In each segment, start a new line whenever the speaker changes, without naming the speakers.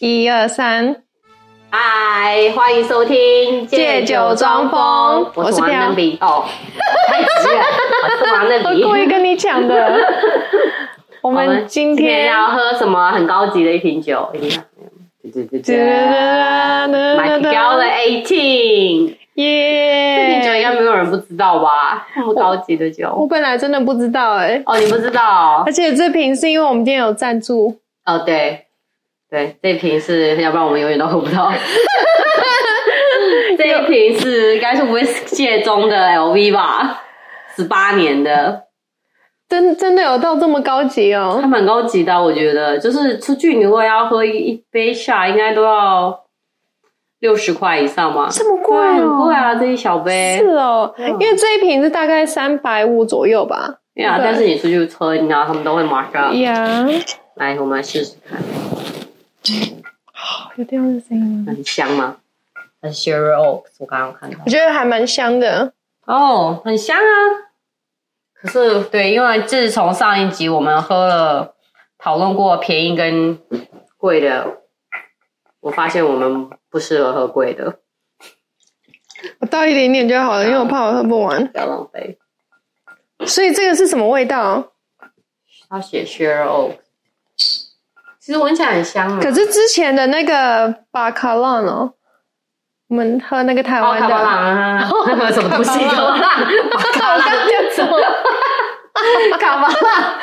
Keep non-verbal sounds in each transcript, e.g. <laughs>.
一二三，
嗨，欢迎收听《
借酒装疯
我
我
是
是
王
飘
嫩比哦，太急了， <laughs> 我是王嫩
我
比。
故意跟你抢 <laughs> 的。我
我
们今天
要喝什么很高级的一瓶酒？一定要对对
哒哒哒
买
哒
高的
哒
eighteen，这瓶酒应
耶！
该没有人不知道吧？那么高级的
我
酒
本来真的不知道哎、
哦，你不知道
而？且这瓶是因为我们今天有赞助，
哦，对对，这瓶是，要不然我们永远都喝不到。 <laughs> 这一瓶是应该是 whisky 界中的 LV 吧，十八年的。
真真的有到这么高级
还
哦。
蛮高级的啊，我觉得，就是出去你如果要喝一一杯下，应该都要六十块以上吧？
这么贵
对很贵
哦、
啊，这一小杯
是。哦，
嗯
因为这一瓶是大概三百五左右吧。
对啊，
对
但是你出去喝，你知道他们都会 mark up。
呀，
来，我们来试试看，
有这样的声音吗？
很香吗？很 Sherry Oaks，我刚刚看到
我。觉得还蛮香的。
哦，很香啊。可是，对，因为自从上一集我们喝了讨论过便宜跟贵的，我发现我们不适合喝贵的。
我倒一点点就好了，因为我怕我喝不完。
不要浪费。
所以这个是什么味道？
他写 share oak，其实闻起来很香啊。
可是之前的那个巴卡浪哦，我们喝那个台
哦，
湾
卡
的，
巴朗啊，什么东西
卡
卡
巴
巴朗，
<laughs> 我刚刚讲什么？
卡巴朗，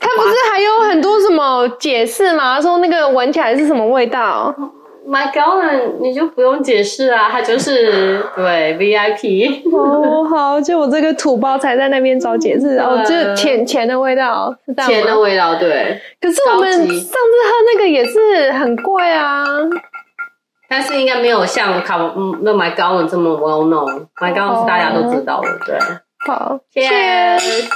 它不是还有很多什么解释吗？说那个闻起来是什么味道？
买高冷你就不用解释啊，它就是对 VIP，
哦，好，就我这个土包才在那边找解释哦，
对
就钱钱的味道是这
钱
样
嗯的
吗？
味道，对。
可是我们
高
上次
级
喝那个也是很贵啊，
但是应该没有像卡嗯那买高冷这么 well known，买高冷是大家都知道的，对。
好，
谢
谢。
谢。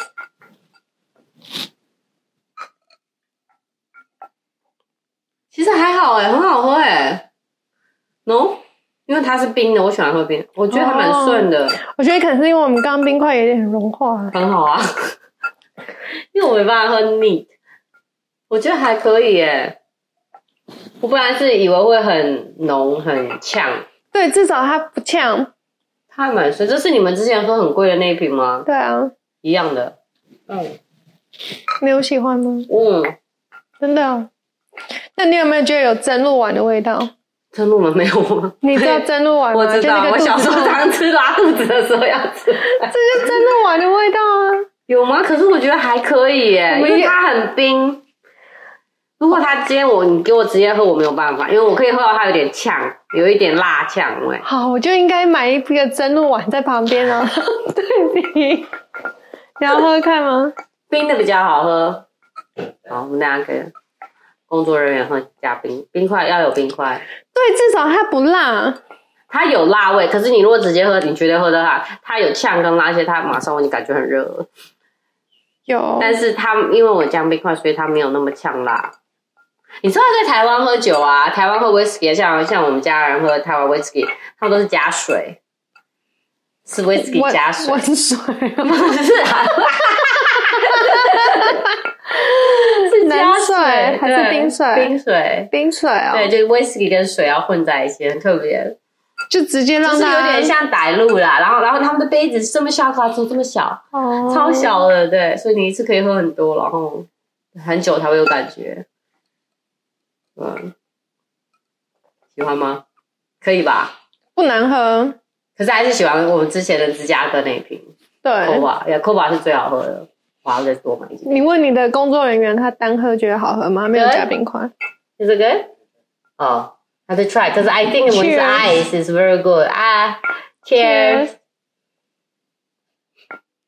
其实还好哎、很好喝哎、no，因为它是冰的，我喜欢喝冰的，我觉得还蛮顺的
我觉得可能是因为我们刚刚冰块有点融化了，
很好啊。 <laughs> 因为我没办法喝腻，我觉得还可以哎、我本来是以为会很浓很呛，
对，至少它不呛。
它还蛮顺。这是你们之前喝很贵的那一瓶吗？
对啊，
一样的。嗯
你有喜欢吗？
嗯，
真的哦、那你有没有觉得有蒸鹿丸的味道？
真露了没有吗？
你知道
<laughs>
蒸鹿丸吗？
我知
就那
道，
个
我
肚子
小时候
痛
常吃拉肚子的时候要吃。
<laughs> 这就是蒸鹿丸的味道啊！
有吗？可是我觉得还可以耶，
我们
因
也
为它很冰。如果它今天我你给我直接喝，我没有办法，因为我可以喝到它有点呛，有一点辣呛味。
好，我就应该买一个蒸鹿丸在旁边啊， <laughs> 对比。你要喝喝看吗？
冰的比较好喝。好，我们大家给工作人员喝加冰，冰块要有冰块。
对，至少它不辣。
它有辣味，可是你如果直接喝，你绝对喝得它，它有呛跟辣，而且它马上会你感觉很热了。
有，
但是它因为我加冰块，所以它没有那么呛辣。你知道在台湾喝酒啊，台湾喝 whisky，像像我们家人喝台湾 whisky，他们都是加水，是 whisky
温
加水，
温水，
不 <laughs> 是啊，是加
冷水还是
对
冰水
冰水。
冰水哦，
对，就是 whisky 跟水要混在一起，很特别，
就直接
就
让
是
它
有点像歹露啦。然后，然后他们的杯子是这么小，卡住这么小，
哦
超小的，对，所以你一次可以喝很多，然后很久才会有感觉。嗯，喜欢吗？可以吧？
不难喝。
可是还是喜欢我们之前的芝加哥那一瓶
对，
c 吧，也 c 吧是最好喝的，我要再多买一瓶。
你问你的工作人员，他单喝觉得好喝吗？没有加冰块。
Is it good? Oh, have to try. Cause I think with
Cheers.
ice is very good. Ah, cheers.
Cheers.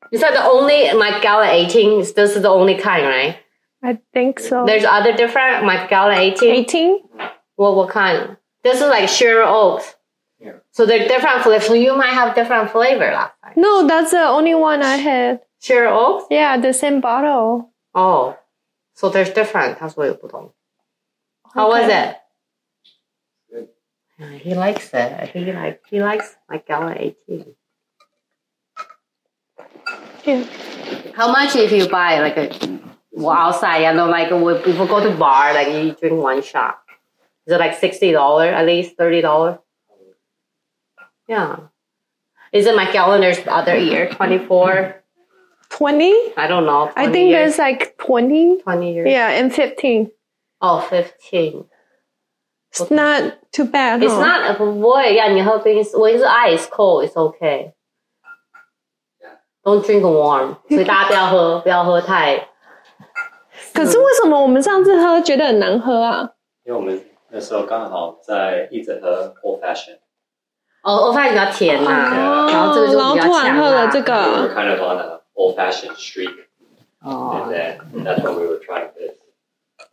You said the only Macallan 18. This is the only kind, right?
I think so.
There's other different Macallan 18.
Eighteen.
What what kind? This is like sheer oats.
Yeah.
So they're different flavors. So you might have different flavor last time.
No, that's the only one I had.
Sheer oats?
Yeah, the same bottle.
Oh. So there's different. 他说有不同。How was
Okay.
it?
Good.
Yeah, He likes it. I think he like he likes like gala eighteen.
Yeah.
How much if you buy like a well outside? I know like if we go to bar like you drink one shot. Is it like sixty dollar at least thirty dollar? Yeah. Is it my calendar's other year twenty four?
20?
I don't know.
I
20
think there's
years,
like 20.
twenty years.
Yeah, and 15.
Oh, 15.
It's not too bad.
It's
huh?
not a void. Yeah, 你喝冰，when 哎 it's ice cold, it's okay. Don't drink warm. 所以大家不要喝，不要喝太。
可是为什么我们上次喝觉得很难喝啊？
因为我们那时候刚好在一直喝 old fashion，
哦，我发现比较甜啊呐、
哦
然后这个就比较
然后突然
呛啊
喝了这
我
个，
们 kind of on an old fashioned streak，and
哦，
then that's when we were trying this。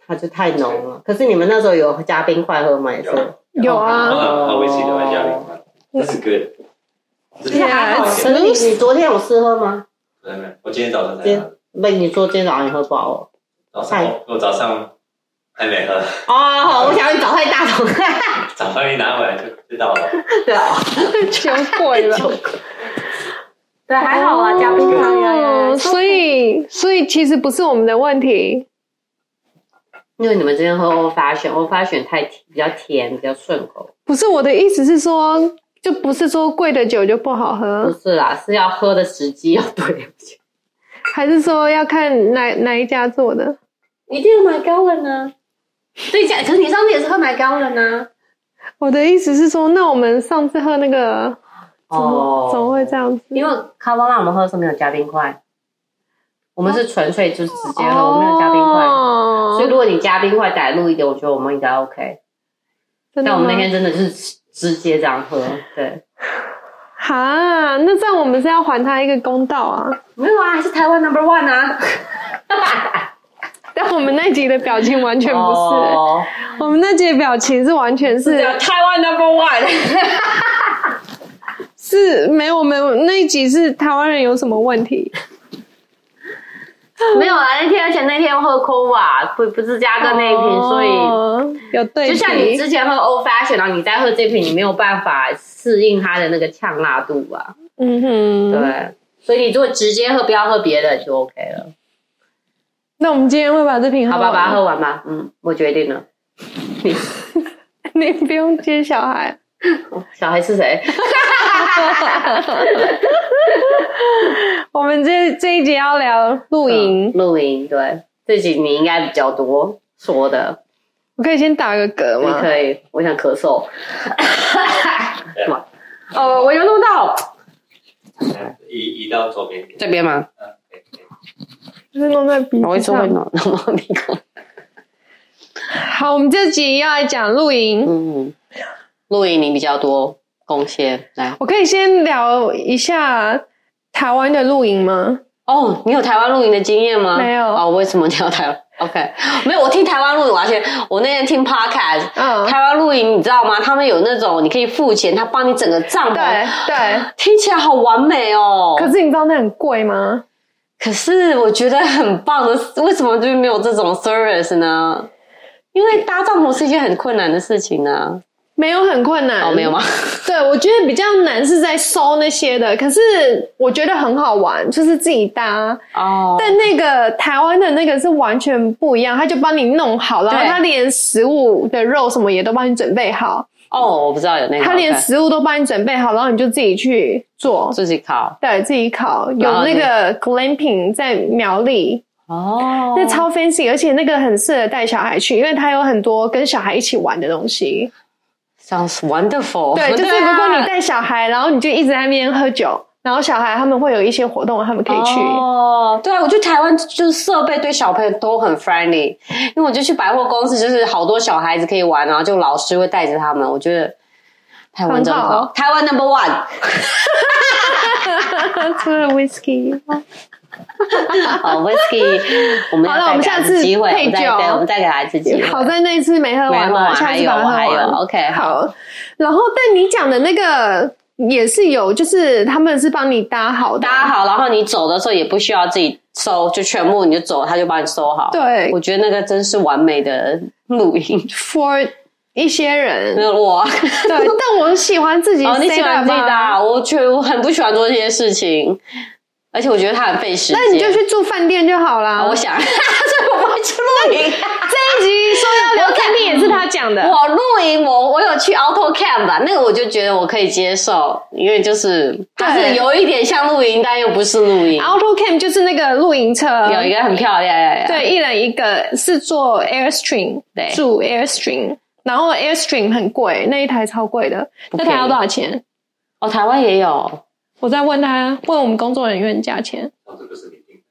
它就太浓了。可是你们那时候有加冰块喝吗？也是。
有
有
<laughs>
然
啊，
后他威士忌都在家里嘛，这是 good。这是
Yeah
还好。
it's-
可是啊你你昨天有试喝吗？
没有没有我今天早上才
今
喝，
不，你说今天早上你喝不好哦。
早上我我早上还没喝， <laughs>
哦，我想你早太大桶。
早上一拿回来就知道了。
对啊，
酒鬼了。
对，还好啊，加冰块呀呀呀
哦，。所以所以其实不是我们的问题，
因为你们今天喝欧发选，欧发选太甜比较甜，比较顺口。
不是我的意思是说，就不是说贵的酒就不好
不
喝，
是啦，是要喝的时机要对。
还是说要看哪哪一家做的？
一定要买高冷呢。对，讲，可是你上次也是喝买高冷呢。
我的意思是说，那我们上次喝那个
哦
怎么、怎么会这样子？
因为卡巴拉我们喝是没有加冰块，我们是纯粹就是直接喝，我没有加冰块。
哦
所以如果你加冰块歹入一点，我觉得我们应该 OK。
真的吗
但我们那天真的就是直接这样喝，对，
哈，那这样我们是要还他一个公道啊！ <laughs>
没有啊，还是台湾 number one 啊，
但我们那集的表情完全不是、
<laughs> 哦
我们那集的表情是完全
是
是
啊台湾 number one，
是没有，我们那一集是台湾人有什么问题？
<laughs> 没有啊，那天而且那天喝 c o a 不不是加个那一瓶，所以
哦有对比，
就像你之前喝 old fashion，然后你再喝这瓶，你没有办法适应它的那个呛辣度吧？
嗯哼，
对，所以你如果直接喝，不要喝别的就 OK 了。
那我们今天会把这瓶喝
好
完
吧，把它喝完吧。嗯，我决定了。
<laughs> 你不用接小孩。
哦小孩是谁？
我们这这一集要聊露营，
<laughs> 嗯露营，对，这集你应该比较多说的，
我可以先打个嗝
你
吗？
可以。我想咳嗽。
对
哇哦，我有弄到
移移到左边一
<laughs>
点，
这边吗？
嗯，可以可以
就是弄在鼻
我一
子
直会
上。
<laughs> 弄，弄到鼻孔。
好，我们这集要来讲露营。
嗯，露营你比较多贡献，来。
我可以先聊一下台湾的露营吗？
哦，你有台湾露营的经验吗？
没有
哦，为什么你要台湾？OK，没 <laughs> 有，我听台湾露营，而且我那天听 Podcast，、
嗯，
台湾露营，你知道吗？他们有那种你可以付钱，他帮你整个帐
对
篷，
对。
听起来好完美哦。
可是你知道那很贵吗？
可是我觉得很棒的是，为什么就没有这种 service 呢？因为搭帐篷是一件很困难的事情啊。
没有很困难
哦，没有吗？
对，我觉得比较难是在收那些的，可是我觉得很好玩，就是自己搭。
哦，
但那个台湾的那个是完全不一样，他就帮你弄好，然后
对
他连食物的肉什么也都帮你准备好，
哦，我不知道有那个，
他连
OK
食物都帮你准备好，然后你就自己去做，
自己烤
对自己烤。有
然后
那
你
个 glamping 在苗栗，
哦，
那超 fancy，而且那个很适合带小孩去，因为它有很多跟小孩一起玩的东西。
sounds wonderful。
对，就是如果你
啊
带小孩，然后你就一直在那边喝酒，然后小孩他们会有一些活动，他们可以去。
哦，对啊，我觉得台湾就是设备对小朋友都很 friendly，因为我就去百货公司，就是好多小孩子可以玩，然后就老师会带着他们，我觉得台湾真
很哦
好，
好
台湾 number one。
喝了 whisky，
好，whisky，
<laughs>
我们
好了我
要再
们
给
下
孩
次
子机会，
配
我们再
酒
对，我们再给孩子机会。
好在那一次没喝
没
完
喝
嘛，
完
下次把它喝
还有还有
完。
，OK，好
好。然后，但你讲的那个也是有，就是他们是帮你搭好的，
搭好，然后你走的时候也不需要自己收，就全部你就走，他就帮你收好。
对
我觉得那个真是完美的录音。 <laughs>
for 一些
没
人。
有我，
对，
<laughs>
但我喜欢自己 set
嗯哦，
up 啊，
你喜欢自己搭，我觉得我很不喜欢做这些事情，而且我觉得它很费时间。
那你就去住饭店就好
啊 <laughs>
啦。
我想，所以我不会去露营。
这一集说要聊天地也是他讲的，
我露营我我有去 Auto Camp 吧，那个我就觉得我可以接受，因为就是它
对
是有一点像露营，但又不是露营。
Auto Camp 就是那个露营车，
有一个很漂亮，哎，
对，一人一个是做 Airstream，
对
住 Airstream，然后 Airstream 很贵，那一台超贵的，
不
那
便宜
台要多少钱？
哦，台湾也有，
我在问他，问我们工作人员价钱。
上次不是你订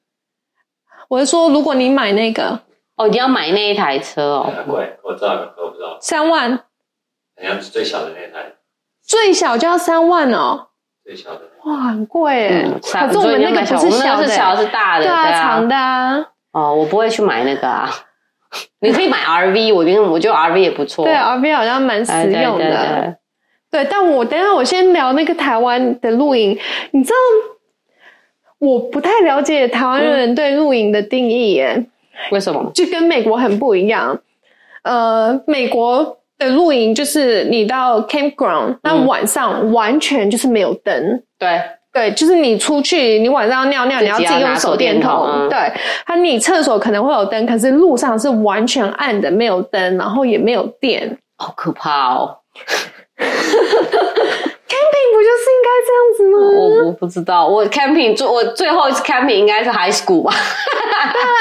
我是说，如果你买那个
哦，你要买那一台车哦，
的，贵，我知道，我不知道，
三万，
好像是最小的那台，
最小就要三万哦，
最小的那台。
哇，很贵哎、
嗯，三
可是我们那个不
我
是
们那
小
个
的、
是小的，是大的，
对
对
啊，
啊
长，的啊，
哦，我不会去买那个啊， <laughs> 你可以买 RV，我觉得我觉得 RV 也不错，
对，RV 好像蛮
哎，
<laughs> 实用的。
对对对
对，但我等一下我先聊那个台湾的露营，你知道我不太了解台湾人对露营的定义耶，
为什么？
就跟美国很不一样。呃，美国的露营就是你到 campground，那
嗯
晚上完全就是没有灯。
对，
对，就是你出去，你晚上要尿尿，你要
自
自
己要
己用
拿
手
手
电
电筒
筒。
嗯
对，它你厕所可能会有灯，可是路上是完全暗的，没有灯，然后也没有电。
好可怕哦，
camping 不就是应该这样子吗？
我我不知道，我 camping 最我最后一次 camping 应该是 high school 吧。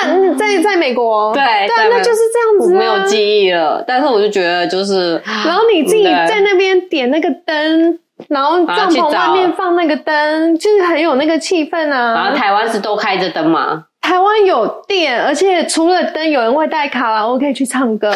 嗯，在在美国，
对
对啊，
在美
那就是这样
我
子、啊，
没有记忆了，但是我就觉得就是，
然后你自己
嗯对
在那边点那个灯，然后帐篷外面放那个灯，就是很有那个气氛
然后
啊。
台湾是都开着灯嘛，
台湾有电，而且除了灯，有人会带卡拉 OK 去唱
<laughs>
歌，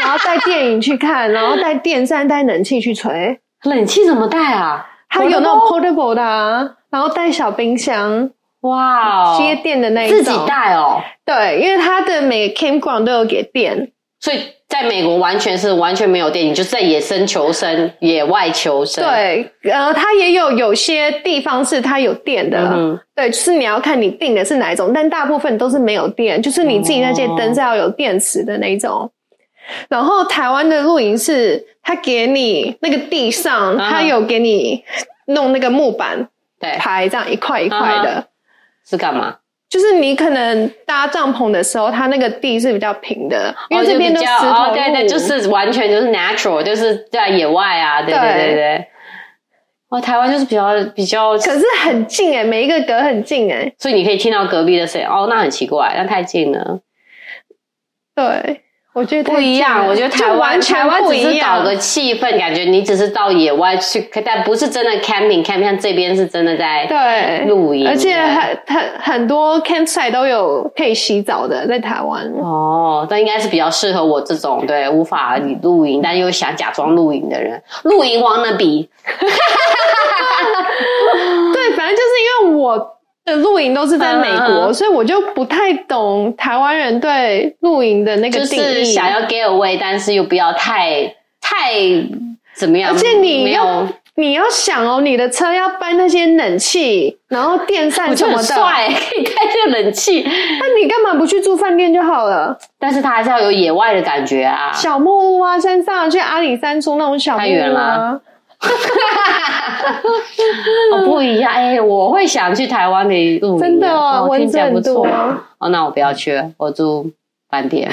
然后带电影去看，然后带电扇、带冷气去吹，
冷气怎么带啊？
还有那种 portable 的、啊，然后带小冰箱、
哇哦，
接电的那一种。
自己带哦，
对，因为它的每个 campground 都有给电，
所以在美国完全是完全没有电，你就在野生求生、野外求生。，
对，呃，它也有有些地方是它有电的，
嗯哼
对，就是你要看你订的是哪一种，但大部分都是没有电，就是你自己那
哦
些灯是要有电池的那一种。然后台湾的露营是，它给你那个地上，
哈
它有给你弄那个木板
对，
排这样一块一块的。
啊是干嘛？
就是你可能搭帐篷的时候，它那个地是比较平的，因为
哦就
这边都
比
石
较
头路、
哦，对对，就是完全就是 natural，就是在野外啊，对对
对
对对。哦，台湾就是比较比较，
可是很近哎、每一个隔很近哎、
所以你可以听到隔壁的声音。哦，那很奇怪，那太近了。
对，我觉得太
不一
近
样，
了
我觉得台
啊就
湾
完全
台湾
不
只
一
是搞
样。
个气氛，感觉你只是到野外去，但不是真的 camping。camping 像这边是真的在
对，
露营，
而且很很很多 campsite 都有可以洗澡的，在台湾。
哦，但应该是比较适合我这种对无法露营，但又想假装露营的人。露营王那比
对，反正就是因为我的露营都是在美国，
嗯嗯嗯
所以我就不太懂台湾人对露营的那个
就
定义。啊
是想要 get away，但是又不要太太怎么样，
而且你
没
要
有。
你要想哦，你的车要搬那些冷气，然后电
我
扇什
觉得
么
很
的，
帅， <laughs> 可以开这冷气，
那你干嘛不去住饭店就好了？
但是他还是要有野外的感觉啊。
小木屋啊，山上去阿里山住那种小木
太远
屋
了
啊
啊。哦，不一样哎、我会想去台湾的露营，啊
真的哦
听起来不错
蚊子很多
哦，那我不要去了，我住饭店。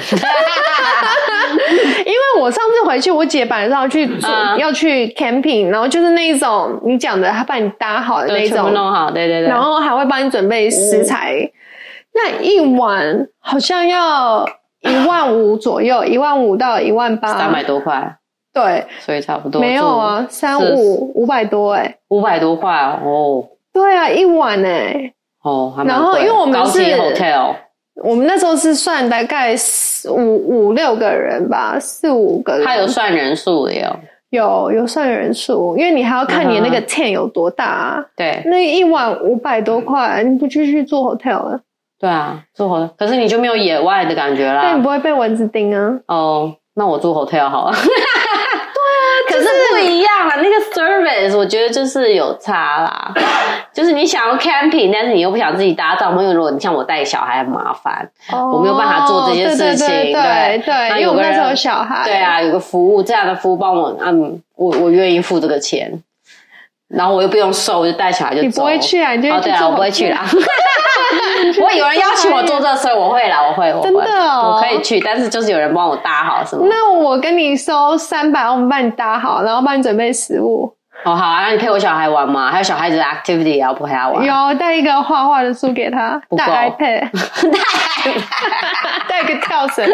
因为我上次回去，我姐本来是要去做、
嗯
要去 camping，然后就是那一种你讲的，她帮你搭好的那
对，
一
全部
种，
弄好，嗯对对对。
然后还会帮你准备食材。那一晚好像要一万五左右，一万五到一万八，
三百多块，
对，
所以差不多
啊没有啊，三五五百多哎、
五百多块哦
对啊，一晚哎、
哦，还蛮贵
然后
的
因为我们
高级
是
hotel，
我们那时候是算大概四五五六个人吧，四五个人，
它有算人数的哟。
有有算人数，因为你还要看你那个
嗯
tent 有多大、啊。
对
那一晚五百多块，你不继续做 hotel 了？
对啊，住 hotel，可是你就没有野外的感觉
但你
啦。
不会被蚊子叮啊？
哦，那我住 hotel
<laughs>
好了。对啊，可是不一样啦，那个 service 我觉得就是有差
<laughs>
啦，就是你想要 camping，但是你又不想自己搭帐篷，因为如果你像我带小孩很麻烦，
哦
我没有办法做这些事
对
情
对对
对
对对
那
因为我
有
们那
个人
时候有小孩。
啊对，啊，有个服务这样的服务帮我，嗯，我我愿意付这个钱。然后我又不用瘦，我就带小孩就走。
你不会去啊？你就
哦，
会
对
去
啊，
做
我不会
好事
去啦。 <laughs> 我有人邀请我做这，所以我会啦，我会，我会，
真的哦
我可以去，但是就是有人帮我搭好什么。
那我跟你收三百，我们帮你搭好，然后帮你准备食物，
哦，好啊，那你陪我小孩玩嘛？还有小孩子的 activity 啊，我不陪他玩。
有带一个画画的书给他
不，够
带 iPad，带一个跳绳，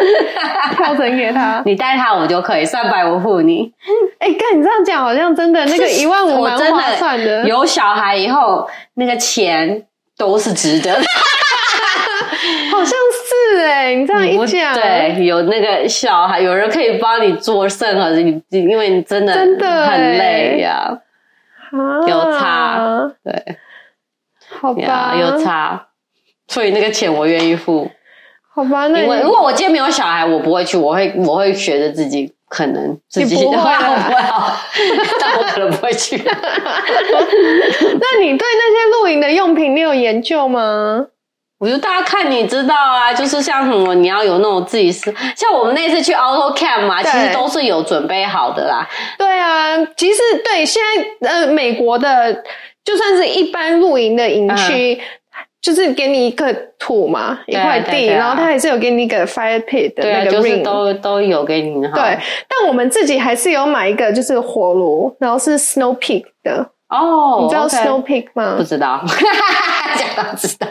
跳绳给他。
你带他我就可以，三百我付你。
哎、干，你这样讲好像真的那个一万五
我
蛮
真
划算的，
有小孩以后，那个钱都是值得的。
好像是哎、你这样
<laughs> 你不
一讲，
嗯对，有那个小孩，有人可以帮你做任何事，你你因为你真的
真的欸
很累呀、
啊
有差，对
好吧，
呀，有，差，所以那个钱我愿意付。
好吧，那
因为
你
如果我今天没有小孩，我不会去，我会我会学着自己，可能自己
你不会啊
<laughs> 我不会啊， <laughs> 但我可能不会去。
那你对那些露营的用品你有研究吗？
我觉得大家看你知道啊，就是像什么你要有那种自己是，像我们那次去 Auto Camp 嘛，其
对
实都是有准备好的啦。
对啊，其实对现在呃，美国的就算是一般露营的营区。就是给你一个土嘛，一
对啊
块
对啊
地，
对啊
然后它还是有给你一个 fire pit 的
对啊，
那个
就是
ring，、
都都有给你哈。
对，但我们自己还是有买一个，就是火炉，然后是 Snow Peak 的，
哦，
你知道
OK
Snow Peak 吗
不？知道， <laughs> 讲到知道，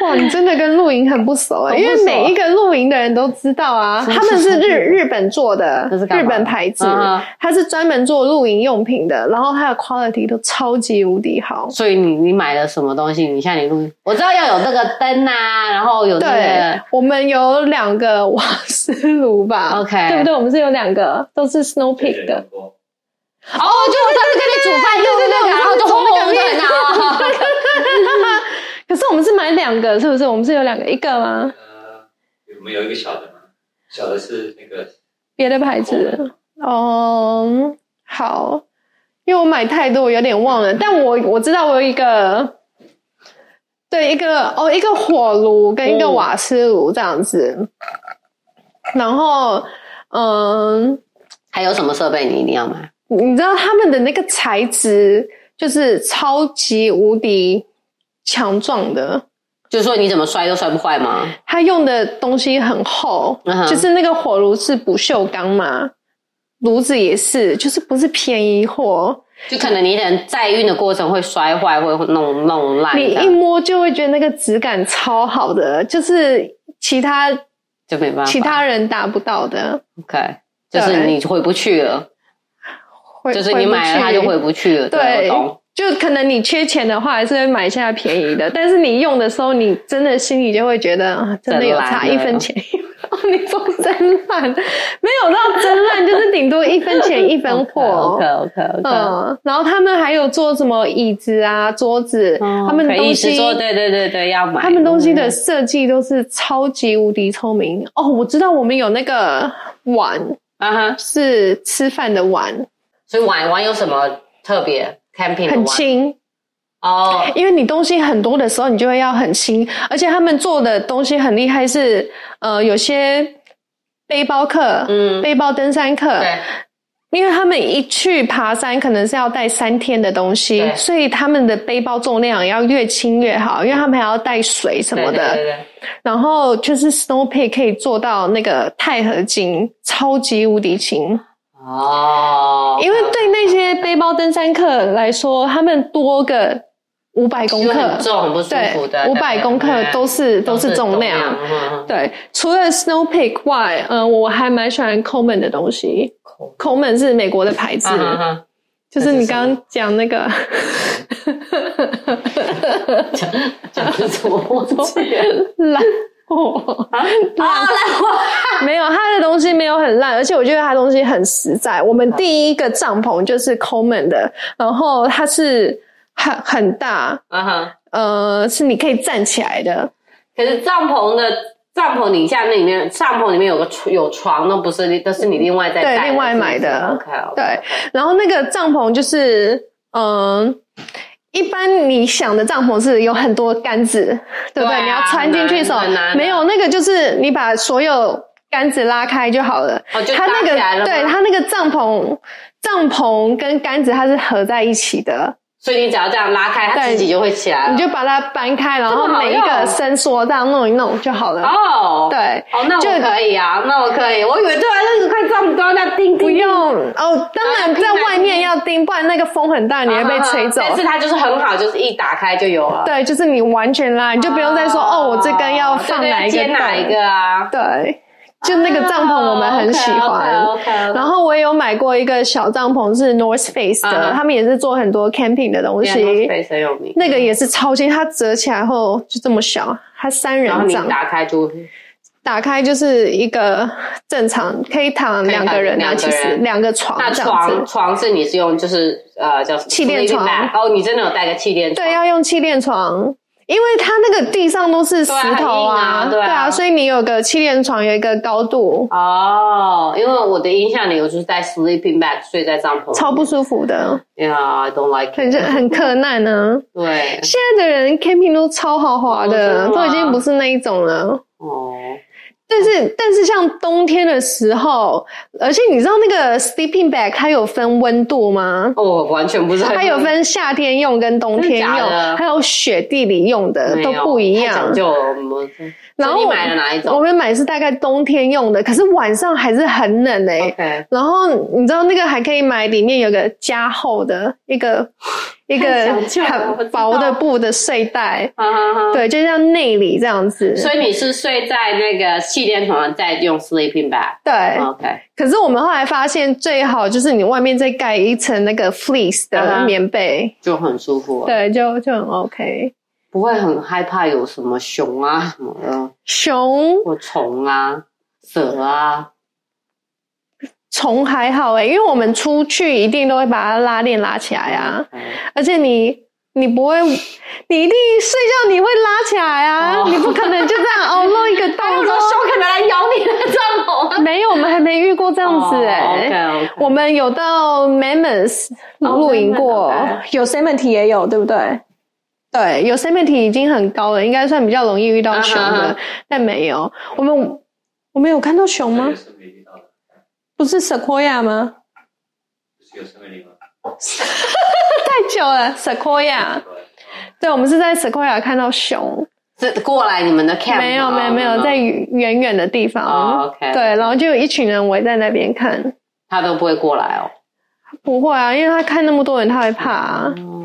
<laughs> 哇，你真的跟露营很不熟哎、
很不
因为
熟
每一个露营的人都知道啊，
么
他们是日日本做的
这是，干嘛
日本牌子
嗯嗯，
它是专门做露营用品的，然后它的 quality 都超级无敌好。
所以你你买了什么东西？你像你录，我知道要有那个灯啊，然后有那
对
个，
我们有两个瓦斯炉吧
OK
对不对？我们是有两个，都是 Snow
谢谢
Peak 的
用。过
哦，就我上次跟你煮饭用的那个，然后就红红的， <laughs> 然后
<laughs> 可是我们是买两个，是不是？我们是有两个，一个吗？
呃，我们有一个小的吗？小的是那个
别的牌子？嗯，好，因为我买太多，我有点忘了。但我我知道我有一个，对，一个哦，一个火炉跟一个
嗯
瓦斯炉这样子。然后，嗯，
还有什么设备你一定要买？
你知道他们的那个材质就是超级无敌强壮的，
就是说你怎么摔都摔不坏吗？
它用的东西很厚
嗯哼
就是那个火炉是不锈钢嘛，炉子也是，就是不是便宜货。
就可能你可能在运的过程会摔坏，会弄弄烂
你
这
一
样，
摸就会觉得那个质感超好的，就是其他
就没办法。
其他人达不到的。
OK，就是你回不去了，
会
就是你买了它就回
回不去
不去了。
对
对，我懂。，
就可能你缺钱的话，还是会买下便宜的。但是你用的时候，你真的心里就会觉得啊，真的有差
真烂了
一分 <laughs> 钱。哦，你说真烂，没有到真烂，就是顶多一分钱一
<laughs> 哦
分货。
OK OK OK。
嗯，然后他们还有做什么椅子啊、桌子，他们
哦可以
东
一直
西
做，对对对对，要买
他们东西的设计都是超级无敌聪明哦！我知道我们有那个碗
啊哈，
是吃饭的碗，
所以玩玩有什么特别？camping 的
很
玩
轻，
哦，
因为你东西很多的时候，你就会要很轻，而且他们做的东西很厉害是，呃有些背包客，
嗯，
背包登山客，
对，
因为他们一去爬山，可能是要带三天的东西，
对
所以他们的背包重量要越轻越好，因为他们还要带水什么的。
对对对对
然后就是 Snow Peak 可以做到那个钛合金，超级无敌轻。
哦，
因为对那些背包登山客来说，他们多个五百公
就
克
很，重很不舒
对
服的，，
五百公克都
是
是都是重
量
量。
嗯嗯
对，除了 Snow Peak 外，嗯、我还蛮喜欢 Coleman 的东西。
口
Coleman 是美国的牌子，
啊哈哈
<laughs> 就是你刚刚讲那 <laughs> 个，
讲 <laughs> 的什么忘记
<laughs>
了
烂货。
啊？啊，来我
没有，它的东西没有很烂，而且我觉得它东西很实在。我们第一个帐篷就是 Coleman 的，然后它是很很大，
啊哈！
呃，是你可以站起来的。
可是帐篷的帐篷底下那里面，帐篷里面有个床有床，那不是都是你另外再
对
带
另外买的
OK，
对，然后那个帐篷就是，嗯、一般你想的帐篷是有很多杆子，对不
对
对？
啊
你要穿进去手
很难很难，啊
没有那个就是你把所有杆子拉开就好了。
哦，就
它那
搭起来了
个
吗
对它那个帐篷，帐篷跟杆子它是合在一起的，
所以你只要这样拉开，它
对
自己就会起来了。
你就把它扳开，然后
这么好
每一
用
个伸缩这样弄一弄就好了。
哦，，
对，
哦，那我
就
可以啊，那我可以。我以为对啊，就是快这么高，那叮啊
不
叮
用哦，当然在外面要盯，不然那个风很大，你会被吹走。
啊但是它就是很好，就是一打开就有了。啊
对，就是你完全拉，你就不用再说哦，我这根要放哪一个
对对要接哪
洞
一个啊？哦
对，就那个帐篷我们很喜欢。
OK，
然后我也有买过一个小帐篷，是 North Face 的，
嗯
他们也是做很多 camping 的东西。
很有名。
那个也是超轻，它折起来后就这么小，它三人
然后你
帐，
打开就
打开就是一个正常可以躺两个人啊，
可以躺两个
其
人
实两个床
那
这样
床
子。
床是你是用就是呃叫什么
气垫床
sleeping bag 哦，你真的有带个气垫床？
对，啊要用气垫床，因为它那个地上都是石头
对啊很硬啊
啊，
对啊
所以你有个气垫床，有一个高度，
哦，因为我的印象里我就是带 sleeping bag 睡在帐篷里，
超不舒服的，
Yeah，I don't like
很
it。
很克难呢、啊。
对，
现在的人 camping 都超豪华的，
哦真的吗
都已经不是那一种了。
哦，
但是，但是像冬天的时候，而且你知道那个 sleeping bag 它有分温度吗？
哦我完全不知道。
它有分夏天用跟冬天
真的假的
用，还有雪地里用的
没
都
有
不一样。
太讲究了。我们
然后
所以你买了哪一
我
种
们买是大概冬天用的，可是晚上还是很冷哎、
？OK，
然后你知道那个还可以买里面有个加厚的一
<laughs>
个一个
太讲究了我知
很
道
薄的布的睡袋，
哈哈哈。
对，就像内里这样子。
所以你是睡在那个气垫床，再用 sleeping bag。
对，
OK，
可是我们后来发现最好就是你外面再盖一层那个 fleece
嗯
的
哼
棉被，
就很舒服了，
对，就就很 OK。
不会很害怕有什么熊啊什么的，
熊
或虫啊、蛇啊。
虫还好哎、因为我们出去一定都会把它拉链拉起来啊。
嗯
而且你你不会，你一定睡觉你会拉起来啊，
哦
你不可能就这样哦露一个
还有
洞
说
说。
熊可能来咬你的帐篷，
没有，我们还没遇啊过这
哦
样子哎、
OK OK，
我们有到 Mammoth
哦
露营过
Mammoth，OK
有 s e m e n t e 也有，对不对？对，有 s e m e n t e 已经很高了，应该算比较容易遇到熊
啊
的
哈啊哈
但没有。我们我们有看到熊吗
有？生命力到的，
不是 Sequoia 吗？
不是有生命力吗？
太久了，Sequoia。
对，
对，我们是在 Sequoia 看到熊。
是过来你们的 camp
没有
吗
没有没有，在远远的地方。
嗯哦，OK
对，然后就有一群人围在那边看。
他都不会过来哦。
不会啊，因为他看那么多人，他会怕、啊。
哦，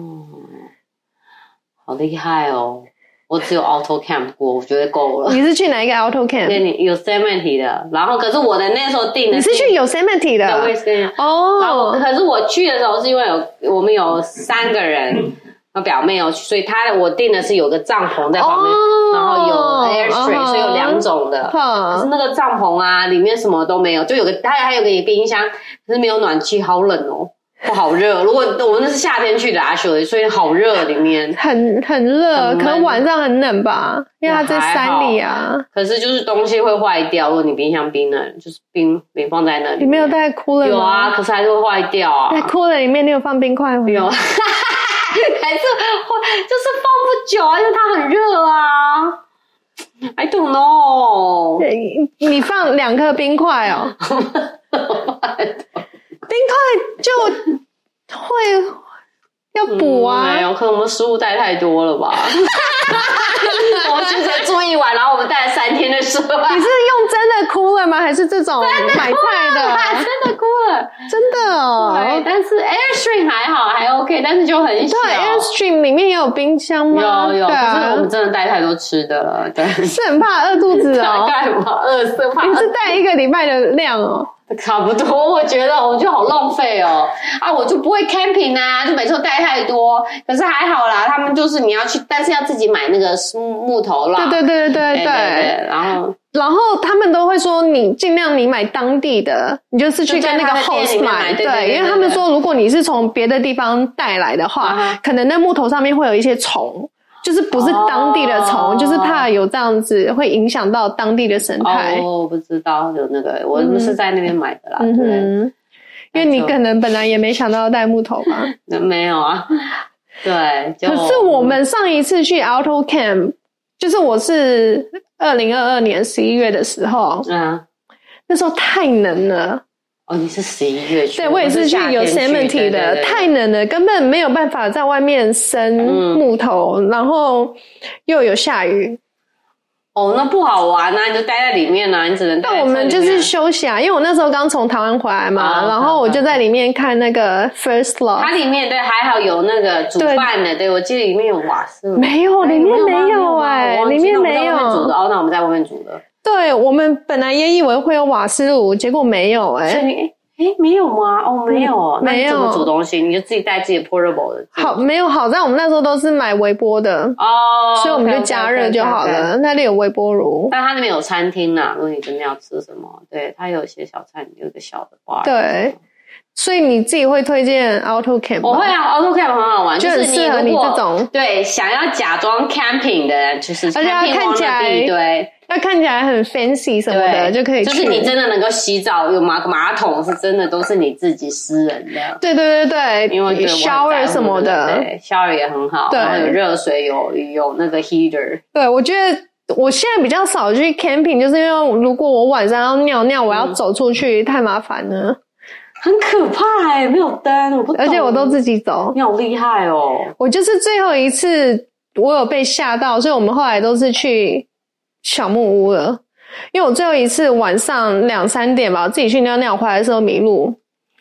好厉害哦！我只有 auto camp 过，我觉得够了。
你是去哪一个 Auto
跟
Camp？
你有 s e m e n t 的，然后可是我的那时候订的
你是去 Yosemite
对，我也
的啊
是跟你讲。然后
哦
可是我去的时候是因为有我们有三个人，
嗯
我表妹有去，所以她的我订的是有个帐篷在旁边，
哦
然后有 air stream，、
嗯哼
所以有两种的。可是
哼
那个帐篷啊，里面什么都没有，就有个它还有个冰箱，可是没有暖气，好冷哦，不好热。如果我们那是夏天去的阿雪，所以好热里面。
很很热，
很闷
可能晚上很冷吧，因为它在山里啊。
可是就是东西会坏掉，如果你冰箱冰冷，就是冰没放在那里。
你没有带哭了
有
吗？
啊，可是还是会坏掉啊。
在哭了里面，你有放冰块吗？
有，还是会就是放不久啊，因为它很热啊。I
<laughs>
don't know， <laughs>
对。你放两颗冰块哦，冰块就会要补啊。
没有，可能我们食物带太多
<laughs>
了吧。我们就才住一晚，然后我们带了三天的食物， <laughs>
你 <laughs> 是用真的哭了吗？还是这种买菜
<laughs> 哇
的？
真的哭了。
真的
对，
哦。
但是 Airstream 还好，还 OK，但是就很小。
对，Airstream 里面也有冰箱吗？
有有，
对
可是
啊
我们，真的带太多吃的了，对。
是很怕饿肚子
<laughs> 大
哦。
概吧， <laughs> 二十怕
你是带一个礼拜的量哦。
差不多，我觉得我就好浪费哦。啊，我就不会 camping 啊，就每次都带太多。可是还好啦，他们就是你要去，但是要自己买那个木木头啦。
对对对对对对。
<laughs> 对对。然后
然后他们都会说，你尽量你买当地的，你就是去
就
跟
在
那个
他的店里
host
面
买。
买对对
因
对
为
对
他们
对
说，如果你是从别的地方带来的
啊
话
哈，
可能那木头上面会有一些虫。就是不是当地的虫
哦
就是怕有这样子会影响到当地的生态。
哦，我不知道有那个，我
嗯
是在那边买的啦。
嗯
对
哼，因为你
那就
可能本来也没想到要带木头
<laughs>
吧。
那没有啊。对，就
可是我们上一次去 Auto Camp，就是我是二零二二年十一月的时候，
嗯
那时候太冷了，
哦，你是十一月去，
对我也是去
夏天
Yosemite
对对
的，
对
太冷了，根本没有办法在外面生
嗯
木头，然后又有下雨。
哦，那不好玩啊，你就待在里面啊，你只能待在
但我们
车
就
里面
是
啊
休息啊，因为我那时候刚从台湾回来嘛，
啊
然后我就在里面看那个 First
它
Love，
里面对还好有那个煮饭的，对我记得里面有瓦斯炉，
没有，
哎
里面没有
吗
哎、
我忘记
里面
那我们
没
在外面煮的
有。
哦，那我们在外面煮的，
对我们本来也以为会有瓦斯炉，结果没有哎、
所以你哎哎没有吗？哦没有哦，
嗯
那你怎
没
么
有
煮东西？你就自己带自己的 portable 的
好没有好在我们那时候都是买微波的，
哦，
所以我们就加热就好
OK，OK，OK，OK。
了。那里有微波炉，
但它那边有餐厅呐、如果你真的要吃什么，对，它有一些小餐，有一个小的 bar。
对，所以你自己会推荐 Auto Camp 吗？
我会啊，AutoCamp 很好玩，
就很
是
适合
如
你
果
这种
对想要假装 camping 的人，就是
而且它
camping
看起来
wannabe，对
要看起来很 fancy 什么的
对
就可以去。
就是你真的能够洗澡，有马马桶是真的都是你自己私人的，
对对对对，
因为对我很在乎
shower 什么的，
对，shower 也很好，
对
然后有热水，有有那个 heater，
对我觉得我现在比较少去 camping，就是因为如果我晚上要尿尿，我
嗯
要走出去、太麻烦了，
很可怕哎、没有灯，我不懂，
而且我都自己走。
你好厉害哦，
我就是最后一次我有被吓到，所以我们后来都是去小木屋了。因为我最后一次晚上两三点吧，我自己去尿尿，回来的时候迷路，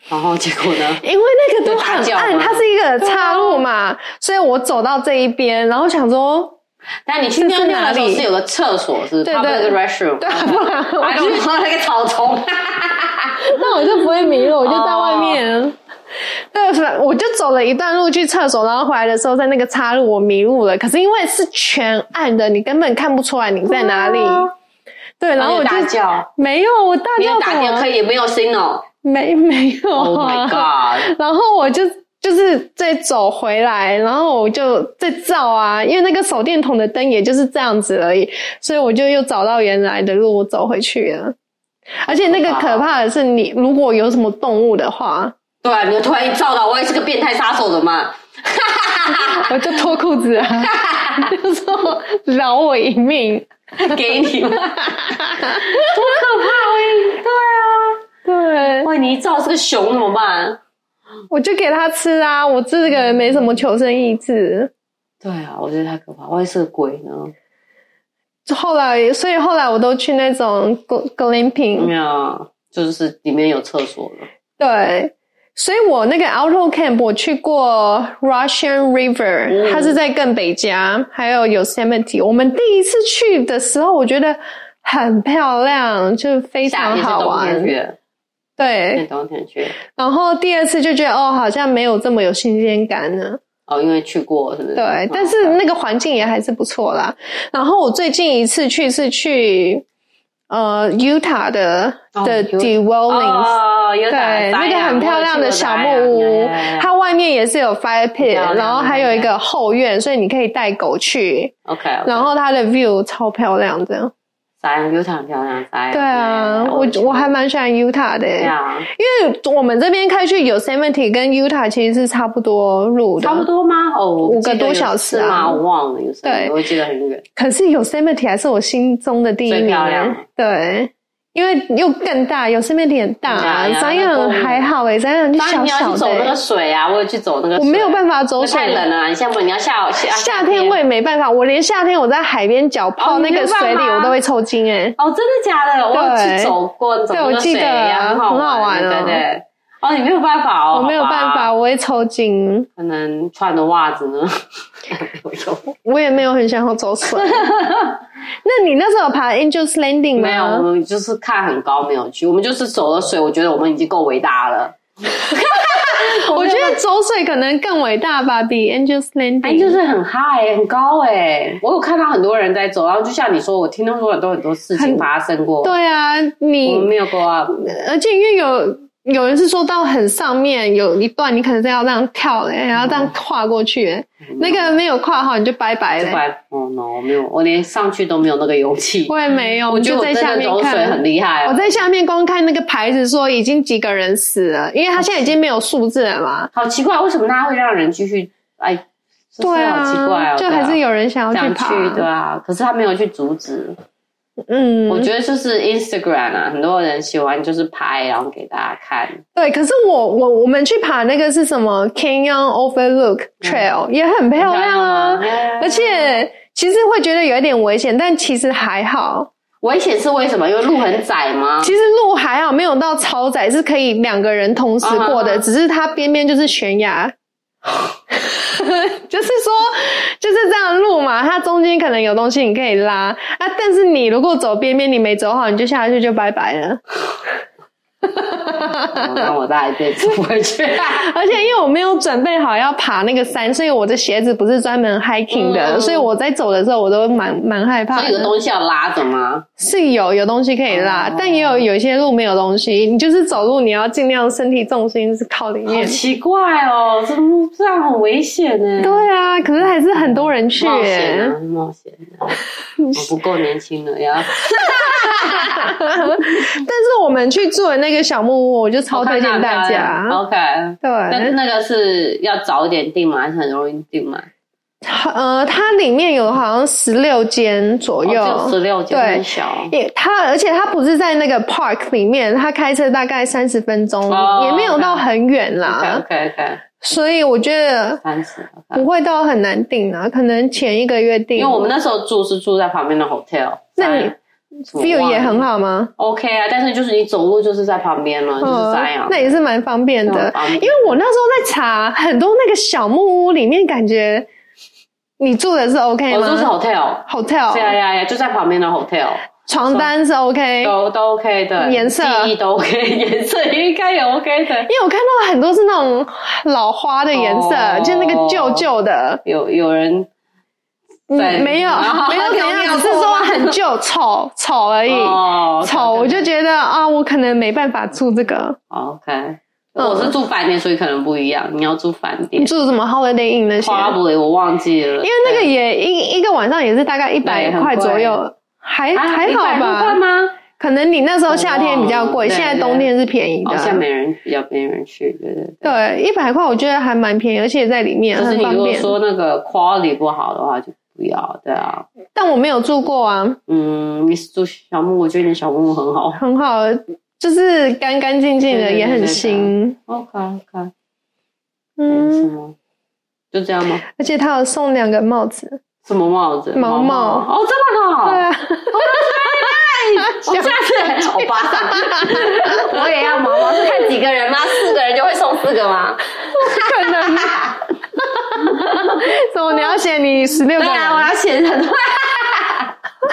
然后结果呢？
因为那个都很
有大叫
暗，
吗啊
它是一个岔路嘛，所以我走到这一边，然后想说，
<laughs> 但你去尿尿的时
这是
候
哪里
是有个厕所，是不是
对对
他们那个 restroom，
对，不然我
还
就
去到那个草丛，
那我就不会迷路，我就在外面。
哦
<laughs> 对，反正我就走了一段路去厕所，然后回来的时候在那个岔路我迷路了。可是因为是全暗的，你根本看不出来你在哪
<laughs>
里。对，然后我就
哦大叫，
没有，我大
没
叫
有打
什
电
么
话可以，也没有 signal。
没没有
Oh
啊
my god！
然后我就就是再走回来，然后我就再照啊，因为那个手电筒的灯也就是这样子而已，所以我就又找到原来的路，我走回去了。而且那个
好可怕
可
哦
怕的是你，如果有什么动物的话，
对啊，你就突然一照到，我也是个变态杀手的 <laughs> 嘛。
我就脱裤子啊，就说饶我一命。
给你嘛，
对，
哇！你一照是个熊怎么办？
我就给它吃啊，我这个人没什么求生意志。
对啊，我觉得太可怕，万一是个鬼呢？
后来，所以后来我都去那种 gl- glamping，、
没有，就是里面有厕所了。
对，所以我那个 Auto Camp 我去过 Russian River，、
嗯
它是在更北加，还有 Yosemite。我们第一次去的时候，我觉得很漂亮，就非
夏
常
天是
好
冬天
玩。
去，
对，
天冬天去。
然后第二次就觉得哦，好像没有这么有新鲜感呢。
哦，因为去过是不是？
对
嗯，
但是那个环境也还是不错啦。然后我最近一次去是去呃 Utah 的
哦
的
Utah
d e w o l l i n g s
哦，有
对，那个很漂亮的小
啊
木屋，它外面也是有 fire
很
pit，
漂亮
然后还有一个后院，所以你可以带狗去。
OK，
然后它的 view 超漂亮的，
沙洋 u t 很漂亮，沙洋。
对啊，
Yeah，
我
去
我还蛮喜欢 Utah 的
对
欸，
啊，
因为我们这边开去 Yosemite 跟 Utah 其实是差不多路的，
差不。多吗？哦，
五个多小时啊
是吗？我忘了，有时候
对
我记得很远。
可是 Yosemite 还是我心中的第一
最
名
漂
欸
亮，
对，因为又更大，Yosemite 很大啊
对啊，
山
那
羊
公园
还好诶，山羊就
当然
小
你要
小
去
的
走那
欸
个，水啊，我也去走那个水，
我没有办法走
那
水
太冷了啊。你现在不，你要下夏
夏天我也没办法，我连夏天我在海边脚泡
哦
那
你没
个
办法
水里，我都会抽筋哎、
哦，真的假的？我有
对
去走过，走
对
那
我
个
记
水
得
呀，
很
很
好
好
玩
玩，
哦
对对。哦，你没有办法哦，
我没有
好吧
办法，，我会抽筋，
可能穿的袜子呢没有用。
我也没有很想要走
<laughs>
水。那你那时候有爬 Angels Landing
没有，我
吗？
们就是看很高没有去，我们就是走了水，我觉得我们已经够伟大了。
我觉得走水可能更伟大吧，比 Angels Landing。
哎，就是很嗨、很高哎、
欸
我有看到很多人在走，然后就像你说，我听到说很多很多事情发生过，
对啊，
我们
你
没有啊 go up，
而且因为有有人是说到很上面有一段，你可能是要这样跳嘞、然后这
嗯
样跨过去、欸那个没有跨好你就拜拜
就
了、
不然哦 no，我没有，我连上去都没有那个勇气。
我也没 <laughs> 有，我
我觉
就
得我
在
真
下
的
面
走水
看。
很厉害、
我
哦，
在下面光看那个牌子说已经几个人死了，因为他现在已经没有数字了嘛。
好奇怪，为什么大家会让人继续哎？是不
对
是好
啊，
奇怪哦，
就还是
有
有人想要
想
爬。
去，对啊，可是他没有去阻止，
嗯，
我觉得就是 Instagram 啊，很多人喜欢就是拍，然后给大家看。
对，可是我我我们去爬那个是什么 Canyon Overlook
嗯
Trail，、也很漂亮啊，而且其实会觉得有一点危险，但其实还好，
危险是为什么？因为路很窄 <laughs> 吗？
其实路还好，没有到超窄，是可以两个人同时过的，
啊
只是它边边就是悬崖。 <laughs> 就是说，就是这样的路嘛，它中间可能有东西你可以拉啊，但是你如果走边边，你没走好，你就下去就拜拜
<laughs>
了。
哦那我大概辈子不会 <laughs> 去。
而且因为我没有准备好要爬那个山，所以我的鞋子不是专门 hiking 的，
嗯
所以我在走的时候我都蛮蛮害怕
所以有
的。
东西要拉着吗？
是有有东西可以拉，
哦
但也有有一些路没有东西，你就是走路你要尽量身体重心是靠里
好
面。
奇怪哦，这路这样很危险呢。
对啊，可是还是很多人去
冒
耶、
险啊，冒险啊！我不够年轻了 <laughs> 呀，
但是我们去住的那个小木屋，我就超推荐大家。
啊 OK，但是
对，
那个是要早一点订吗？还是很容易订吗？
呃，它里面有好像十六间左右，
哦十六间
对
很小。
也它，而且它不是在那个 park 里面，它开车大概三十分钟
哦
也没有到很远啦
OK OK，
所以我觉得
三十。
不会到很难订啊，可能前一个月订。
因为我们那时候住是住在旁边的 hotel，
那你
在
view 也很好吗？
OK 啊，但是就是你走路就是在啊旁边了，就是山羊。
哦那也是蛮方便的。
因
因为我那时候在查很多那个小木屋里面，感觉你住的是 OK
我哦住是
吗
hotel，对啊呀
？hotel
呀呀，就在旁边的 hotel，
床单是 OK，
都都 OK 的，
颜色
记忆都 OK，颜 <laughs> 色应该也 OK 的。
因为我看到很多是那种老花的颜色，
哦
就那个旧旧的。
有有人
嗯
对哦
没
<laughs>
有
然后，
没有怎
尿尿
样，
布
只是说很旧，
<laughs>
丑丑而已，
哦
丑。我就觉得啊，我可能没办法住这个。
哦
嗯
OK，我是住饭店，所以可能不一样。你要住饭
你
店
住什么 Holiday Inn 那些？
，probably 我忘记了，
因
因
为那个也一一个晚上也是大概一百
对很
块
贵啊
左右，还还好
快
吧？
吗？
可能你那时候夏天比较贵，
哦对
现在冬天是便宜
好像
的。
没人比较没人去，对对对。
对，一百块我觉得还蛮便宜，而且在里面
就是
很
你
方
如果
便。
说那个 quality 不好的话，就不要，对啊。
但我没有住过啊，
嗯，你是住小木屋，我觉得你的小木屋很好。
很好，就是干干净净的，
对对对
也很
对对
新。
OK OK，嗯，什
嗯，
么？就这样吗？
而且他有送两个帽子。
什么帽子？
毛
毛哦，这么好。
对啊，
我哦下次我巴掌， <laughs> 我也要毛毛，是看几个人吗？四个人就会送四个吗？
可能。怎么你要写你十六个
对
人？
啊，我要写很多。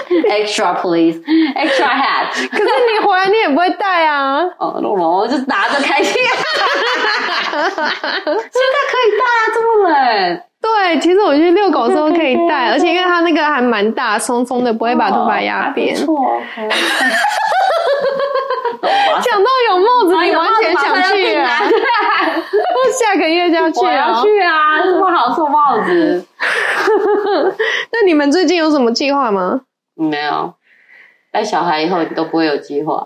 Extra please, extra hat。
可是你回来你也不会戴啊。
哦，弄龙，我就拿着开心。现在可以戴啊，这么冷。
对，其实我去遛狗的时候可以戴，而且因为它那个还蛮大，松松的，不会把头发压扁。
哦错，OK。
<laughs> 讲到有帽子，
哎
你
呦
完全想去啊！
马上要订啊
<laughs> 我下个月就要去
我
啊
要！去啊！这么好送帽子，
那你们最近有什么计划吗？
没有带小孩以后你都不会有计划，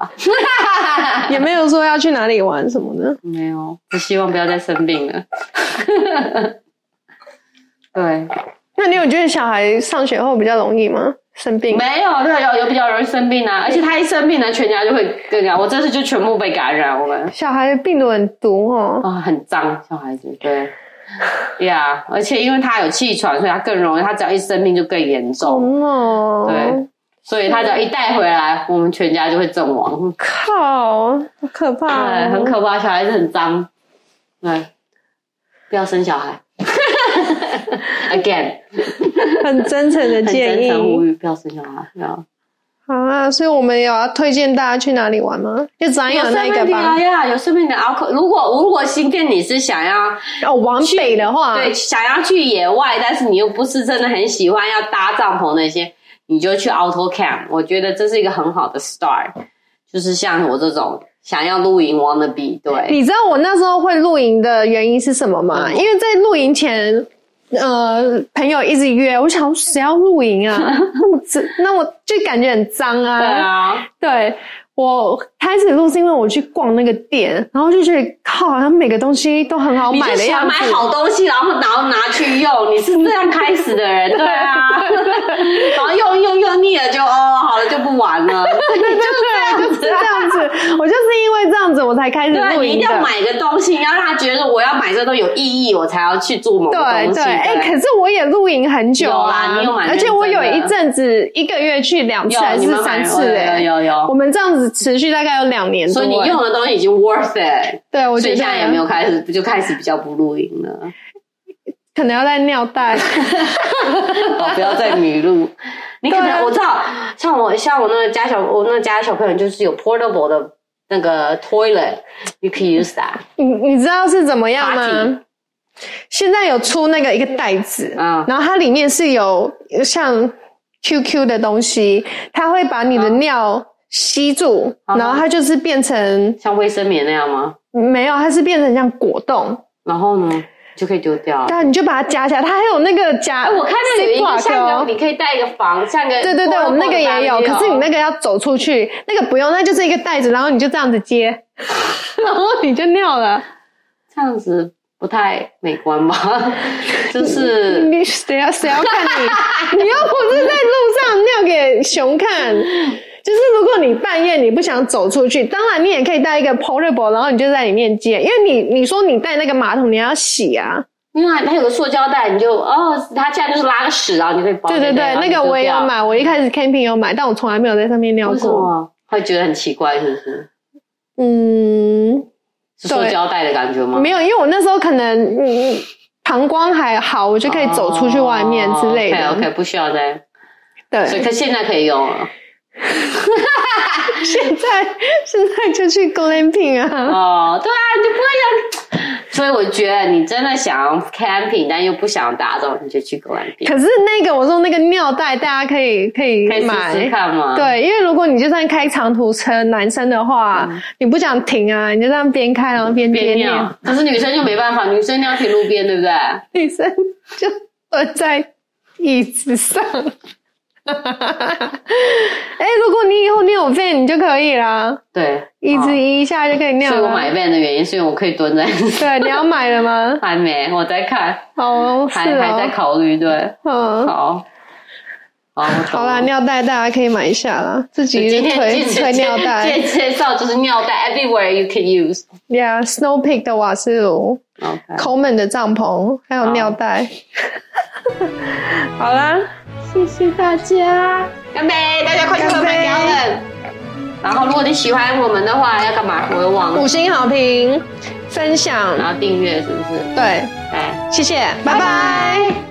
也没有说要去哪里玩什么的。
没有，只希望不要再生病了。 <laughs> 对，
那你有觉得小孩上学后比较容易吗？生病？
没有，对，有有比较容易生病啊，而且他一生病呢，全家就会更感，我这次就全部被感染，我们
小孩的病毒很毒哦。
啊、很脏，小孩子对。呀、而且因为他有气喘，所以他更容易，他只要一生病就更严
好
重，
猛哦！
对，所以他只要一带回来，我们全家就会阵亡。
靠，好可怕
对，
哦！
哎很可怕，小孩子很脏。对，不要生
<laughs>
小孩。Again，
很真诚的
很
建
真诚无
议
语，不要生小孩。不要
好啊！所以我们有要推荐大家去哪里玩吗？就咱有那
生
个
命的哎
吧。
呀，有生命的 alcohol。如果如果今天你是想要
哦，往北的话，
对，想要去野外，但是你又不是真的很喜欢要搭帐篷那些，你就去 auto camp。我觉得这是一个很好的 start，就是像我这种想要露营 wanna be，对，
你知道我那时候会露营的原因是什么吗？
嗯
因为在露营前，呃，朋友一直约，我想谁要露营
<laughs>
啊？那么脏，那我就感觉很脏
对
啊。
啊，
对我开始录是因为我去逛那个店，然后就觉得靠，好像每个东西都很好哦
你
买的
就想
样
买
子。 <laughs>
好东西，然后然后拿
<laughs>
去用，你是这样开始的人，对啊，然后用用用腻了就哦，好了就不
<laughs>
玩了，
对对，就是这样子。我就是因为这样子，我才开始
啊对，啊
露
你一
营
定要
的。
买个东西，要让他觉得我要买这个东西有意义，我才要去做某个
对
东西。
对，哎、可是我也露营很久
有
啦，
啦你有蛮
而且我有一
认真的
阵子一个月去两次
有
还
你
是
们买
三
了
次、哎，
有有
我
有，
们这样子持续大概有两年多、
所以你
哎
用的东西已经 worth it，
对我
所
觉
以
得
现在也没有开始，就开始比较不露营了。
可能要带尿袋。 <laughs>
<laughs> 哦，不要再迷 <laughs> 路。你可
对啊
能我知道，像我像我那个家小我那个家小朋友就是有 portable 的那个 toilet，you can use that。 <laughs>
你你知道是怎么样
爬
吗？现在有出那个一个袋子，
嗯
然后它里面是有像 QQ 的东西，它会把你的尿吸住，
嗯
然后它就是变成
像卫生棉那样吗？
没有，它是变成像果冻，
然后呢，就可以丢掉。
但你就把它夹起来，它还有那个夹。
哎哎，我看到有一
ziplock
个像
哦
个，你可以带一个房，像个
对对对，我们那个也有，可是你那
个
个要走出去，那个不用，那就是一个袋子，然后你就这样子接， <laughs> 然后你就尿了。
这样子不太美观吧？ <laughs> 就是
你谁要谁要看你？你又不是在路上尿给熊看。就是如果你半夜你不想走出去，当然你也可以带一个 portable，然后你就在里面接，因为你你说你带那个马桶你要洗啊，
因为它有个塑胶袋，你就哦，它现在就是拉个屎，然后你可以包
对
在
对对，
然
那
后哦啊你
个
丢
我也有
掉，
买，我一开始 camping 有买，但我从来没有在上面尿
为什
过。
么会觉得很奇怪？是不是
嗯，
是塑胶袋的感觉吗？
没有，因为我那时候可能嗯膀胱还好，我就可以走出去外面之类的。
OK OK，不需要再，哦所以
对，
它现在可以用
<laughs>
了。
现在 <laughs> 现在就去 glamping 啊。
哦，对啊，你就不会想。所以我觉得你真的想要 camping，但又不想打扰，你就去 glamping，
可是那个我说那个尿袋，大家可以可以
可以
买。
试试看嘛。，
对，因为如果你就算开长途车，男生的话，你不想停啊，你就这样边开然后边憋
憋
尿，
嗯尿。可是女生就没办法，女生尿停路边，对不对？
女生就蹲在椅子上。 <laughs> 哎、如果你以后你有肺，你就可以啦，
对，
椅子
哦
移一下就可以尿
所以我
了。
买 van 的原因，是因为我可以蹲在，？
对，你要买了吗
还没，我在看，
好哦，是
还还在
哦，
考虑，对，
嗯，
好，好，我懂
好啦，
了。
尿袋大家可以买一下啦，自己
今天
推
今
推
天
尿袋。
介介绍就是尿袋，everywhere you can use。
Yeah, Snow Peak 的瓦斯炉、
OK，
抠门的帐篷，还有
好
尿袋。好啦，谢谢大家。
干杯！大家快去购买
干
g
杯
a 然后，如果你喜欢我们的话，要干嘛？我又忘了
五。星好评，分享，
然后订阅是不是？哎
对，
对。
谢谢，拜拜